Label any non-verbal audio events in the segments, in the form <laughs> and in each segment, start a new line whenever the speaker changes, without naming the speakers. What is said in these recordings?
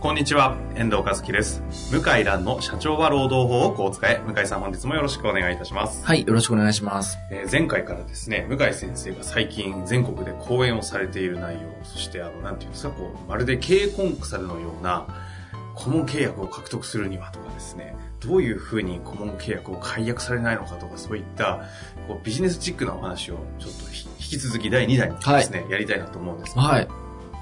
こんにちは、遠藤和樹です。向井蘭の社長は労働法をこう使え。向井さん本日もよろしくお願いいたします。
はい、よろしくお願いします。
えー前回からですね、向井先生が最近全国で講演をされている内容、そしてあの、なんていうんですか、こう、まるで経営コンクサルのような、顧問契約を獲得するにはとかですね、どういうふうに顧問契約を解約されないのかとか、そういったこうビジネスチックなお話をちょっとひ引き続き第2弾にですね、やりたいなと思うんですけど、
はい。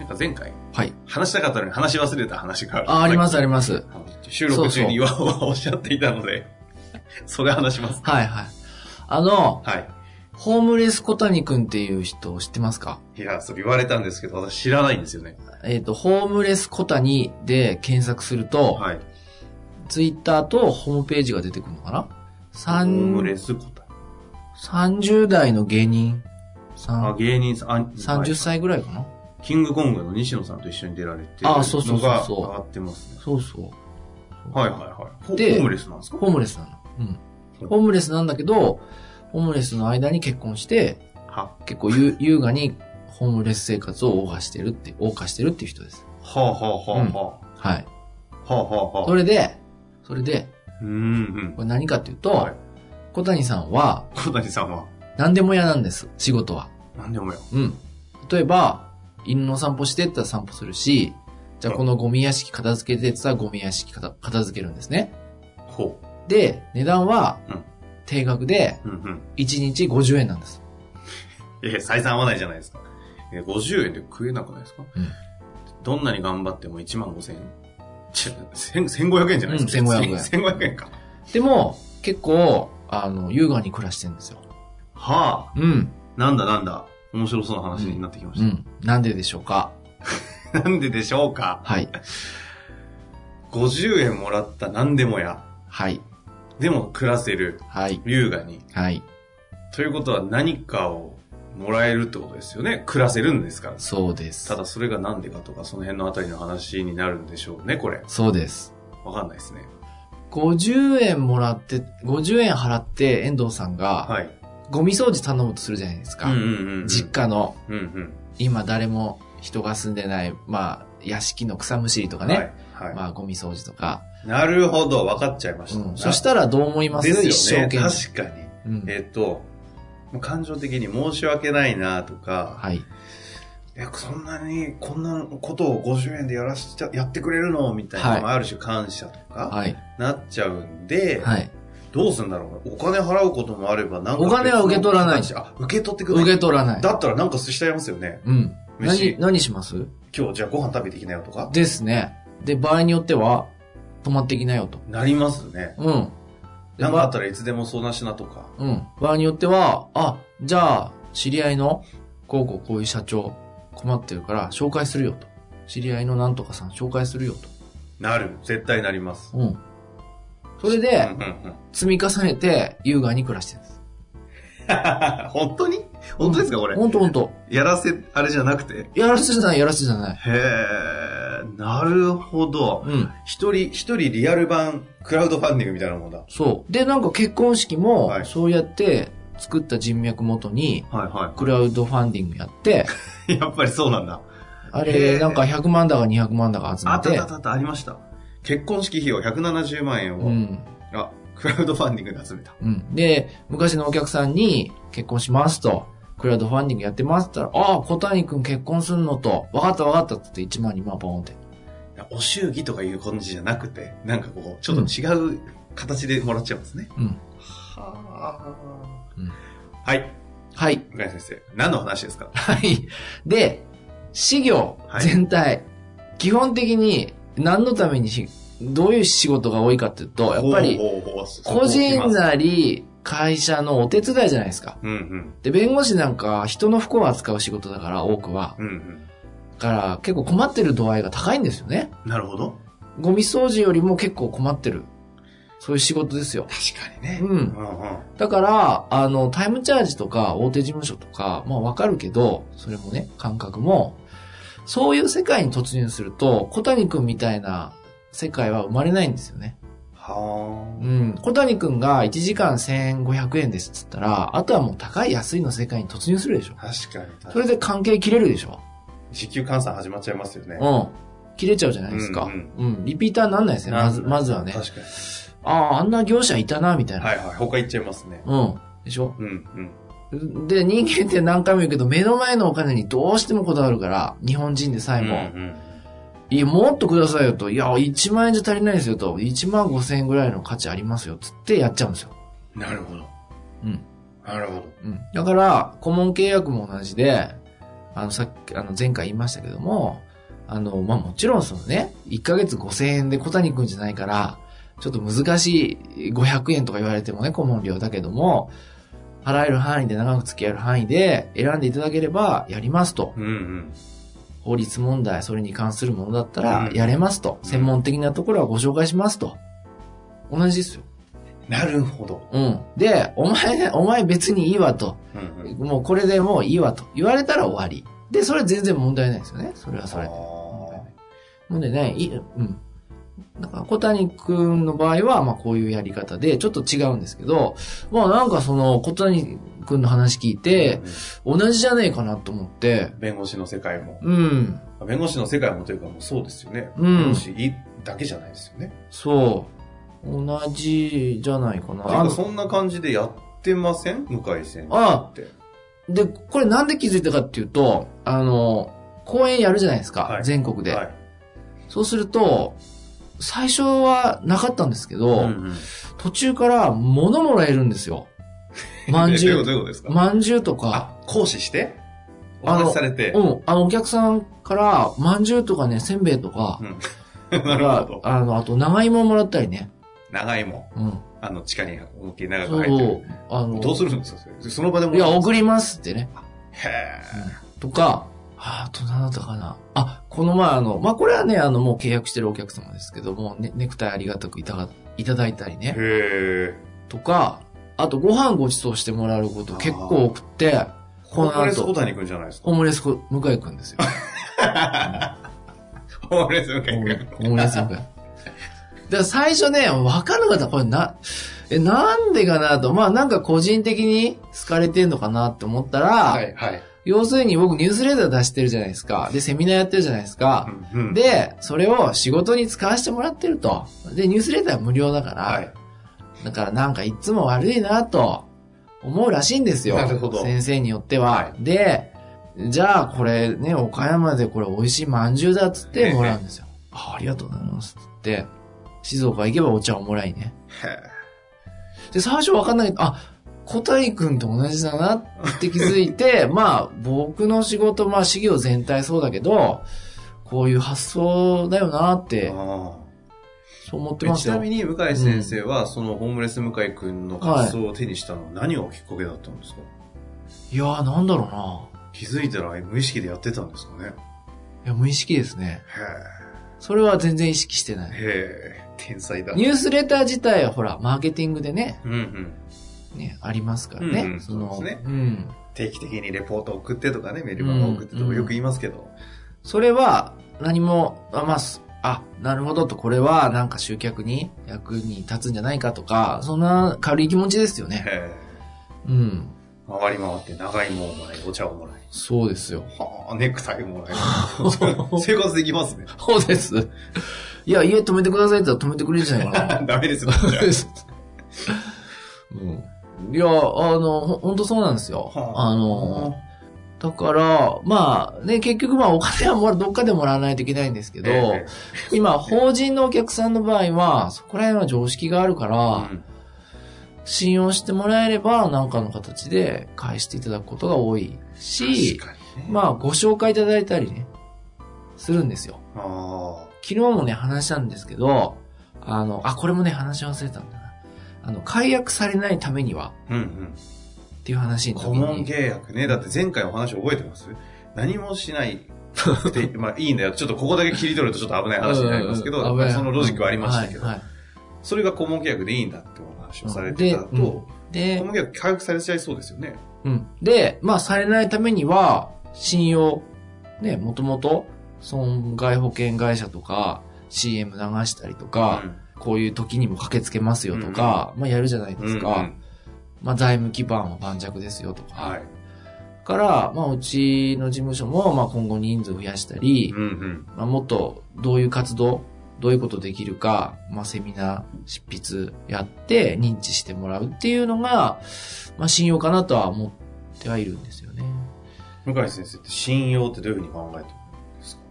なんか前回
はい。
話したかったのに話し忘れた話がある
あ、ありますあります。
あの収録中に岩尾はおっしゃっていたので、それ話します。
はいはい。あの、
はい。
ホームレス小谷くんっていう人知ってますか
いや、それ言われたんですけど、私知らないんですよね。
えっ、と、ホームレス小谷で検索すると、
はい。
ツイッターとホームページが出てくるのかな
ホーム
三
レス答え。
?30 代の芸人さ
あ、
ん、
芸人さん、あ
30歳ぐらいかな
キングコングの西野さんと一緒に出られて、
あそうそうそうそう
のが上がってますね。
そうそう。
はいはいはい。ホホ
で
ームレスなんですか
ホームレスなの。うん。ホームレスなんだけど、ホームレスの間に結婚して、
は、
結構ゆ優雅にホームレス生活を謳歌してるって、謳歌してるっていう人です。
はあ、はあはあは
はい。
あ、はあはあは
そ
あ。
れで、それで、
うんうん
こ。れ何かっていうと、
はい
小谷さんは
小谷さんは、
何でも嫌なんです、仕事は。
なんでもよ。
うん。例えば、犬の散歩してって言ったら散歩するし、じゃあこのゴミ屋敷片付けてって言ったらゴミ屋敷片片付けるんですね。
ほ
で、値段は
うん、
定額で
う。うんうん。
1日50円なんです。
いやいや、採算合わないじゃないですか。えー、50円で食えなくないですか、
うん
どんなに頑張っても1万5000円ちょ千1500円じゃないですか、
うん1500円
<laughs> 千1500円か。
でも、結構、あの、優雅に暮らしてるんですよ。
はあ、
うん。
なんだなんだ。面白そうな話になってきまし
う
た。
ん。なんででしょうか
<laughs> なんででしょうか
はい。
?50 円もらった何でもや。
はい。
でも暮らせる。
はい。
優雅に。
はい。
ということは何かをもらえるってことですよね。暮らせるんですから。
そうです。
ただそれが何でかとか、その辺のあたりの話になるんでしょうね、これ。
そうです。
わかんないですね。
50円もらって、50円払って遠藤さんが、
はい。
ゴミ掃除頼むとするじゃないですか。
うんうんうん。
実。家の、
うんうん。
今誰も人が住んでない、まあ、屋敷の草むしりとかね。
はい。はい
まあ、ゴミ掃除とか。
なるほど、分かっちゃいました。
うんそしたらどう思い
な
ます
で
一
す
生
よね。
懸命。
確かに。
うん
えっと、もう感情的に申し訳ないなとか、
はい。
え、そんなにこんなことを50円でやらしちゃ、やってくれるのみたいな、
はい
まあある種感謝とか、
はい。
なっちゃうんで、
はい。
どうするんだろうお金払うこともあれば、なんか別の
お金は受け取らない
形あ、受け取ってくだ
受
さい。
け取らない。
だったらなんかしちゃいますよね。
うん。
飯
何、何します
今日じゃあご飯食べてきなよとか。
ですね。で、場合によっては、泊まってきなよと。
なりますね。
うん。で
なんかあ
ば
ったらいつでも相談しなとか。
うん。場合によっては、あ、じゃあ、知り合いの、こうこうこういう社長、困ってるから、紹介するよと。知り合いのなんとかさん、紹介するよ
なる。絶対なります。
と。うん。それ
うんう
で、
んうん。
積み重ねて、優雅に暮らしてるんです。
<laughs> 本当に本当ですかこれ。
ほんとほんと。
やらせ、あれじゃなくて。
やらせじゃない、やらせじゃない。
へー、なるほど。
うん。
一人、一人リアル版、クラウドファンディングみたいなもんだ。は
そう。で、なんか結婚式も
は、い
そうやって、作った人脈元に、
いは
クラウドファンディングやって、
い。やっぱりそうなんだ。
あ
へ
れ、
ー
なんか100万だか200万だか集
あ
め
ったあ
て
ったあっ、たあった、ありました。結婚式費用170万円を、
うん。
あ、クラウドファンディングで集めた。
うん。で、昔のお客さんに結婚しますと、クラウドファンディングやってますって言ったら、ああ、小谷くん結婚すんのと、わかったわかったって言って1万2万ポンって。
お祝儀とかいう感じじゃなくて、なんかこう、ちょっと違う形でもらっちゃうんですね。
うん。
は
うん
あ。はい。
はい。 <laughs>
向井先生、何の話ですか
はい。で、事業
はい
全体、基本的に何のためにし、どういう仕事が多いかっていうと、やっぱり、
ほうほうほう
個人、なり、会社のお手伝いじゃないですか。
うんうん。
で、弁護士なんか人の不幸を扱う仕事だから多くは。
うんうん。
だから結構困ってる度合いが高いんですよね。
なるほど。
ゴミ掃除よりも結構困ってる。そういう仕事ですよ。
確かにね。
う。
うんんうん。
だから、あの、タイムチャージとか大手事務所とか、まあわかるけど、それもね、感覚も、そういう世界に突入すると、小谷くんみたいな世界は生まれないんですよね。
はあ。
うん。小谷くんが1時間1500円ですっつったら、あとはもう高い安いの世界に突入するでしょ。
確かに確かに。
それで関係切れるでしょ。
時給換算始まっちゃいますよね。
うん。切れちゃうじゃないですか。
う
うんん、リピーターになんないですね。まず、まずはね。
確かに。
ああ、あんな業者いたな、みたいな。
はいはい。他行っちゃいますね。
うん。でしょ
うんうん。
で、人間って何回も言うけど、目の前のお金にどうしてもこだわるから、日本人でさえも、
うんうん
いや、もっとくださいよと、いや、1万円じゃ足りないですよと、1万5千円ぐらいの価値ありますよ、つってやっちゃうんですよ。
なるほど。
うん。
なるほど。
うん。だから、顧問契約も同じで、あの、さっき、あの、前回言いましたけども、あの、まあ、もちろんそのね、1ヶ月5000円で小谷くんじゃないから、ちょっと難しい500円とか言われてもね、顧問料だけども、払える範囲で長く付き合える範囲で選んでいただければやりますと。
うんうん。
法律問題、それに関するものだったら
うん
やれますと。専門的なところはご紹介しますと。同じですよ。
なるほど。
うん。で、お前、お前別にいいわと。
うんうん。
もうこれでもういいわと言われたら終わり。で、それは全然問題ないですよね。それはそれで。問
は
題ない問題ない。いいうん。だから、小谷くんの場合は、まあこういうやり方で、ちょっと違うんですけど、まあなんかその、小谷くんの話聞いて、同じじゃねえかなと思って、
弁護士の世界も。
うん、
弁護士の世界もというかもうそうですよね。
うん
弁護士だけじゃないですよね。
そう、同じじゃないかな。
ていう
あ
か
の
そんな感じでやってません向井先生
あ
って。
で、これなんで気づいたかっていうと、あの、公演やるじゃないですか、
はい
全国で。
はい。
そうすると、最初はなかったんですけど、
うんうん
途中から物もらえるんですよ。まん
<laughs>
じ
えどういうことどう
ゅう、
いうことですか
まんじゅうとか、
あ、講師してお
あの
話しされて
う。ん、あの、お客さんから、まんじゅうとかね、せんべいとか、
<laughs> なるほど。
あの、あと、長芋もらったりね。
長いもん。
うん。
あの、地下に思いっきり長く
そ
入ってる
う。、あの、
どうするんですかそれその場でも
いや、送りますってね。
へえ。
とか、ああと何だったかな。あ、この前あの、まあ、これはね、あの、もう契約してるお客様ですけども、ね、ネクタイありがたくいたがいただいたりね。
へえ。
とか、あとご飯ご馳走してもらうこと結構多くて、
ホ
この
ームレス小
後、
谷くんじゃないですか
ホ。ームレスこ向井くんですよ。
ホームレス向
ホーム
井
レ
くん。
ホームレス向井。だから最初ね、わかんなかった。これな、え、なんでかなと。まあなんか個人的に好かれてんのかなって思ったら、
はい、はい。
要するに僕ニュースレーダー出してるじゃないですか。で、セミナーやってるじゃないですか。
うんうん、
で、それを仕事に使わせてもらってると。で、ニュースレーターは無料だから、
はい。
だからなんかいつも悪いなと思うらしいんですよ。
なるほど
先生によっては。
は
で、じゃあこれね、岡山でこれ美味しい饅頭だっつってもらうんですよ。あありがとうございますっつって、静岡行けばお茶をもらいね。
へえ
で、最初わかんないけど、あ、小谷くんと同じだなって気づ
<laughs>
いて、まあ、僕の仕事、まあ、事業全体そうだけど、こういう発想だよなって、
あ
そう思って
ーえ
ます
ち
よ。
なみに向井先生は、そのホームレス向井くんの活動を手にしたのは何がきっかけだったんですか、
いやー、なんだろうな。
気づいたら無意識でやってたんですかね
いや、無意識ですね。
へ
それは全然意識してな
え。
い。
へえ。天才だ。
ニュースレター自体はほら、マーケティングでね、
うんうん。
ね、ありますからね。
うんうんそうですね
うん。
定期的にレポート送ってとかね、メルマガ送ってと
う
か
ん
よく言いますけど。
それは、何も、あ、まあ、すあ、なるほどと、これはなんか集客に役に立つんじゃないかとか、そんな軽い気持ちですよね。
へえ。
うん。
回り回って長芋をもらい、お茶をもらい。
そうですよ。 <laughs>
は <laughs> あ、ネクタイもらえる。そう生活できますね。 <laughs>
そうです。いや、家止めてくださいって言ったら止めてくれるんじゃないかな。
ダメですよ。
<laughs> そうです。うん。いや、あの、ほほんとそうなんですよ。
は
あの、だから、まあね、結局まあお金はもらどっかでもらわないといけないんですけど、
ええ
今、法人のお客さんの場合は、そこら辺は常識があるから、
うん
信用してもらえれば、なんかの形で返していただくことが多いし、
確かにね。
まあ、ご紹介いただいたりね、するんですよ。
あー。
昨日もね、話したんですけど、あの、あ、これもね、話し忘れたんだな。あの、解約されないためには、
うんうん。
っていう話の時
顧
に。
問契約ね。だって前回お話覚えてます何もしないって。 <laughs> まあいいんだよ。ちょっとここだけ切り取るとちょっと危ない話になりますけど、
うんうんうん
そのロジックはありましたけど、
はいはい
それが顧問契約でいいんだってお話をされてたと、
でうんで
顧問契約回復されちゃいそうですよね。
うん。で、まあ、されないためには、信用、ね、もともと、損害保険会社とか、CM 流したりとか、こういう時にも駆けつけますよとか、まあ、やるじゃない
うん
ですか。
うんうん
まあ、財務基盤は盤石ですよとか。
はい。
から、まあ、うちの事務所も、まあ、今後人数を増やしたり、
うんうん。
まあ、もっとどういう活動、どういうことできるか、まあ、セミナー、執筆やって認知してもらうっていうのが、まあ、信用かなとは思ってはいるんですよね。
向井先生って信用ってどういうふうに考えてるんですか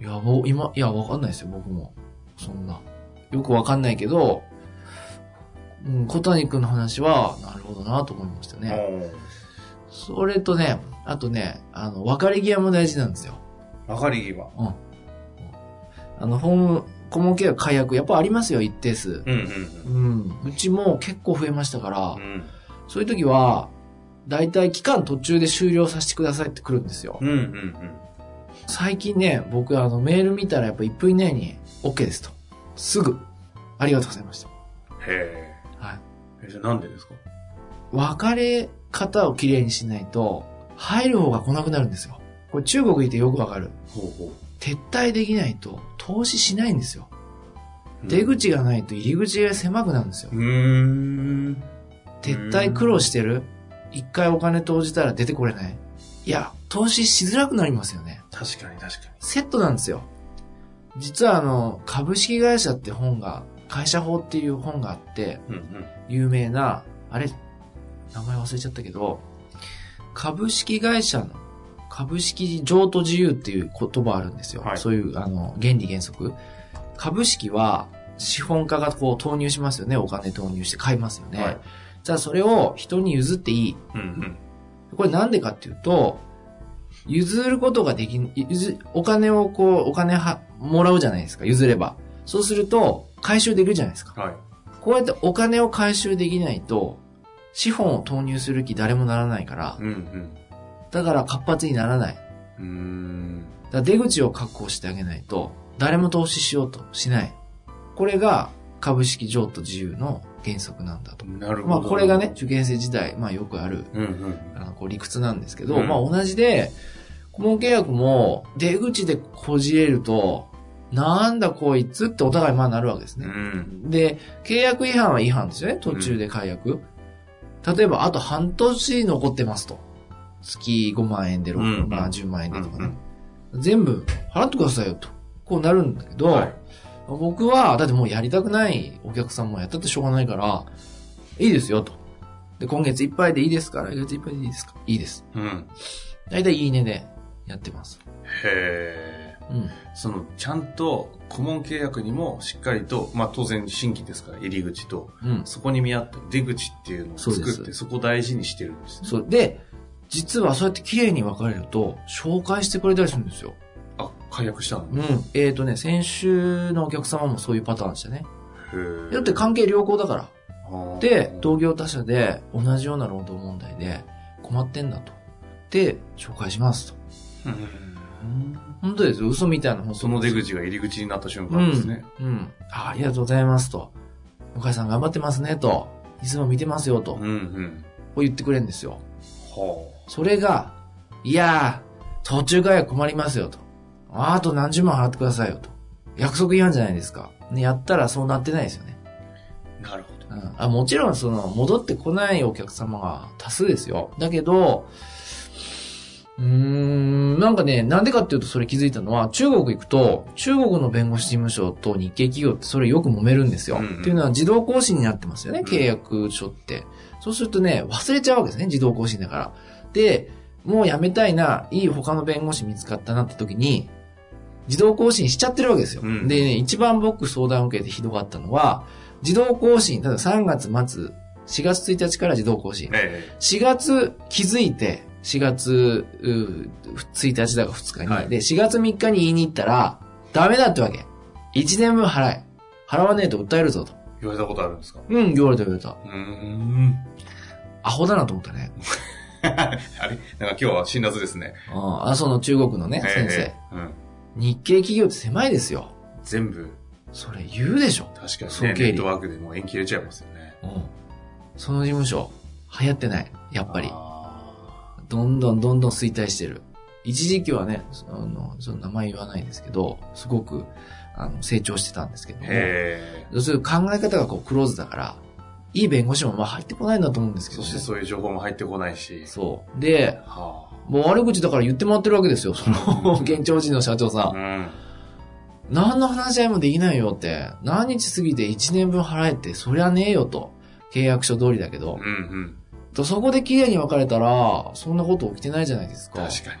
いや、もう今、いや、わかんないですよ、僕も。そんな。よくわかんないけど、うん、小谷君の話は、なるほどなと思いましたね。それとね、あとね、あの、別れ際も大事なんですよ。
分かり際。
あの、ホーム、顧問契約解約、やっぱありますよ、一定
うん
数。
うん
うん。うちも結構増えましたから
う、ん。
そういう時は、だいたい期間途中で終了させてくださいって来るんですよ
う。んうんうん
最近ね、僕あのメール見たらやっぱ1分以内に OK ですと。すぐ。ありがとうございました。
うん。へ
はい。
え。えじゃあなんでですか
別れ方をきれいにしないと、入る方が来なくなるんですよ。これ中国いてよくわかる。
ほうほ
撤退できないと投資しないんですよ。
う
出。口がないと入り口が狭くなるんですよ
う。ーん。
撤退苦労してる一回お金投じたら出てこれないいや、投資しづらくなりますよね。
確かに確かに。
セットなんですよ。実はあの、株式会社って本が、会社法っていう本があって、
うんうん。
有名な、あれ、名前忘れちゃったけど、株式会社の、株式譲渡自由っていう言葉あるんですよ。
はい
そういう、あの、原理原則。株式は、資本家がこう投入しますよね。お金投入して買いますよね。
はい
じゃあそれを人に譲っていい。
うんうん。
これなんでかっていうと、譲ることができん、譲、お金をこう、お金は、もらうじゃないですか、譲れば。そうすると、回収できるじゃないですか。
はい。
こうやってお金を回収できないと、資本を投入する気誰もならないから、
うん
だから活発にならない。だか
うん。うーん。
ら出口を確保してあげないと、誰も投資しようとしない。これが株式譲渡自由の原則なんだと。
なるほ
ま
ど。
あこれがね、。受験生時代、まあよくある
うんうん。
あの、こう理屈なんですけど、
うん
まあ同じで、顧問契約も出口でこじれると、なんだこいつってお互いまあなるわけです
う
ね。
ん。
で、契約違反は違反ですよね、途中で解約。例えば、あと半年残ってますと。月5万円で6、
うん
まあ10万円でとか
うん
ね。全部払ってくださいよと。こうなるんだけど、
はい
僕は、だってもうやりたくないお客さんもやったってしょうがないから、いいですよと。で、今月いっぱいでいいですか来月いっぱいでいいですかいいです。
うん。
だいたいいいねでやってます。
へえ。
うん。
その、ちゃんと、顧問契約にもしっかりと、まあ当然新規ですから、入り口と、
うん。
そこに見合った出口っていうのを作
そう
っ
で
て、
す
そこを大事にしてるんですね。
そう。で、実はそうやって綺麗に分かれると、紹介してくれたりするんですよ。
あ、解約したの
うん。えっ、とね、先週のお客様もそういうパターンでしたね。
へえ
だって関係良好だから。で、
ど
同業他社で同じような労働問題で困ってんだと。で、紹介しますと。
うん
本当ですよ。嘘みたいな、本当
その出口が入り口になった瞬間ですね。
うん。うん。あありがとうございますと。向井さん頑張ってますねと。いつも見てますよと。
う
こ
んうん。
う言ってくれるんですよ。
は
それが、いやー、途中解約困りますよと。あと何十万払ってくださいよと。約束違反じゃないですか。ね、やったらそうなってないですよね。
あ。なるほど。
うんあもちろん、その、戻ってこないお客様が多数ですよ。だけど、うーん、なんかね、なんでかっていうとそれ気づいたのは、中国行くと、中国の弁護士事務所と日系企業ってそれよく揉めるんですよ。
うんうん
っていうのは自動更新になってますよね
ん、
契約書って。そうするとね、忘れちゃうわけですね、自動更新だから。で、もうやめたいな、いい他の弁護士見つかったなって時に、自動更新しちゃってるわけですよ。
うん
でね、一番僕相談を受けてひどかったのは、自動更新、ただ3月末、4月1日から自動更新。
え
4月気づいて、4月うー1日だか2日に、
はい
で、4月3日に言いに行ったら、ダメだってわけ。1年分払え。払わねえと訴えるぞと。
え言われたことあるんですか
うん、言われた言われた。
うーん。
アホだなと思ったね。
あれなんか今日は辛辣ですね。
うん、あその中国のね、先生。
ええ。うん。
日系企業って狭いですよ。
全部、
それ言うでしょ。
確かに
そう
ね、
経理
ネットワークでもう縁切れちゃいますよね。
うん。その事務所、流行ってない。やっぱり。
あ
どんどんどんどん衰退してる。一時期はね、その、その名前言わないですけど、すごく、あの、成長してたんですけど
ー
も。
へ
要するに考え方がこう、クローズだから、いい弁護士もまあ入ってこないんだと思うんです
え。
けど
そ
ね、
してそういう情報も入ってこないし。
そう。で、
は、
もう悪口だから言ってもらってるわけですよ、そ
<laughs>
の現庁人の社長さ
あ。
ん
う。ん。
何の話し合いもできないよって、何日過ぎて1年分払えって、そりゃねえよと。契約書通りだけど
うん。うん。
とそこで綺麗に分かれたら、そんなこと起きてないじゃないですか。
確かにね。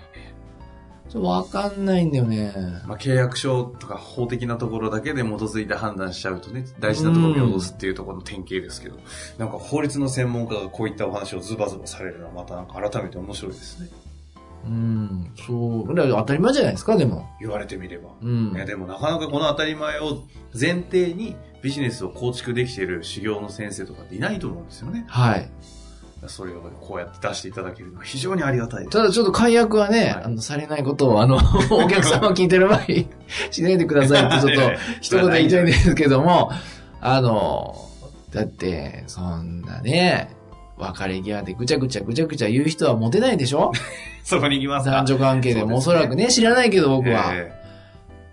ちょっとわかんないんだよね。
まあ、契約書とか法的なところだけで基づいて判断しちゃうとね、大事なところを見落とすっていうところの典型ですけど、なんか法律の専門家がこういったお話をズバズバされるのはまたなんか改めて面白いですね。
うん、そう。だから当たり前じゃないですか、でも。
言われてみれば。
うん
い。やでもなかなかこの当たり前を前提にビジネスを構築できている修行の先生とかっていないと思うんですよね。
はい。
それをこうやって出していただけるのは非常にありがたいです。
ただちょっと解約は
は
ね、
い
あの、されないこと
<laughs>
を、あの、お客様聞いてる場合、しないでください
<laughs>
って、ちょっと、一言言いたいんですけども、あの、だって、そんなね、別れ際でぐちゃぐちゃぐちゃぐちゃ言う人はモテないで
<laughs>
しょ
そこに行きますか
男女関係でもお
そ
そう
ですね
らくね、知らないけど僕は、
<laughs> え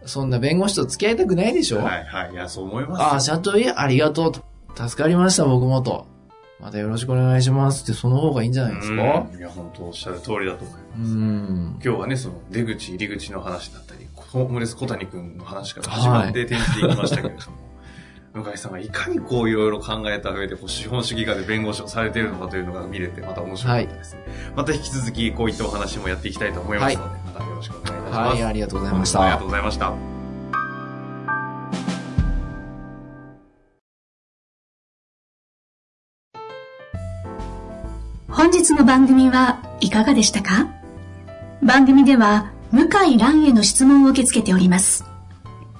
そんな弁護士と付き合いたくないでし
え
ょ、
はいはい。いや、そう思います。
ああ、社長いえありがとうと。助かりました、僕もと。またよろしくお願いしますって、その方がいいんじゃないですか
うんいや、本当おっしゃる通りだと思います。
うん。
今日はね、その出口、入り口の話だったり、ホームレス小谷くんの話から始まって転じていきましたけれども、向井さんがいかにこういろいろ考えた上で、こう資本主義家で弁護士をされているのかというのが見れて、また面白かったですね。また引き続きこういったお話もやっていきたいと思いますので、またよろしくお願いいたします。
はい、ありがとうございまし
ありが
た
とう。ございました。
本日の番組はいかがでしたか番組では向井蘭への質問を受け付けております。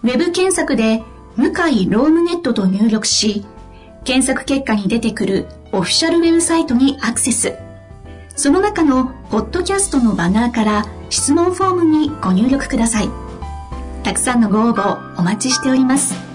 ウェブ検索で向井ロームネットと入力し、検索結果に出てくるオフィシャルウェブサイトにアクセス。その中のポッドキャストのバナーから質問フォームにご入力ください。たくさんのご応募お待ちしております。